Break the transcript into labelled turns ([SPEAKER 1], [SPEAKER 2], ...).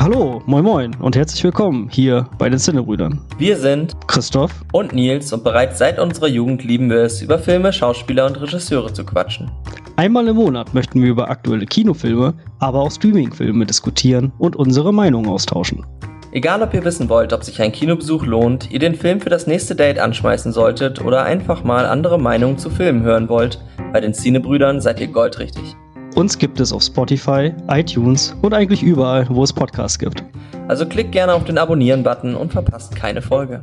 [SPEAKER 1] Hallo, moin moin und herzlich willkommen hier bei den Cinebrüdern.
[SPEAKER 2] Wir sind
[SPEAKER 1] Christoph
[SPEAKER 2] und Nils und bereits seit unserer Jugend lieben wir es, über Filme, Schauspieler und Regisseure zu quatschen.
[SPEAKER 1] Einmal im Monat möchten wir über aktuelle Kinofilme, aber auch Streamingfilme diskutieren und unsere Meinung austauschen.
[SPEAKER 2] Egal, ob ihr wissen wollt, ob sich ein Kinobesuch lohnt, ihr den Film für das nächste Date anschmeißen solltet oder einfach mal andere Meinungen zu Filmen hören wollt, bei den Cinebrüdern seid ihr goldrichtig.
[SPEAKER 1] Uns gibt es auf Spotify, iTunes und eigentlich überall, wo es Podcasts gibt.
[SPEAKER 2] Also klickt gerne auf den Abonnieren-Button und verpasst keine Folge.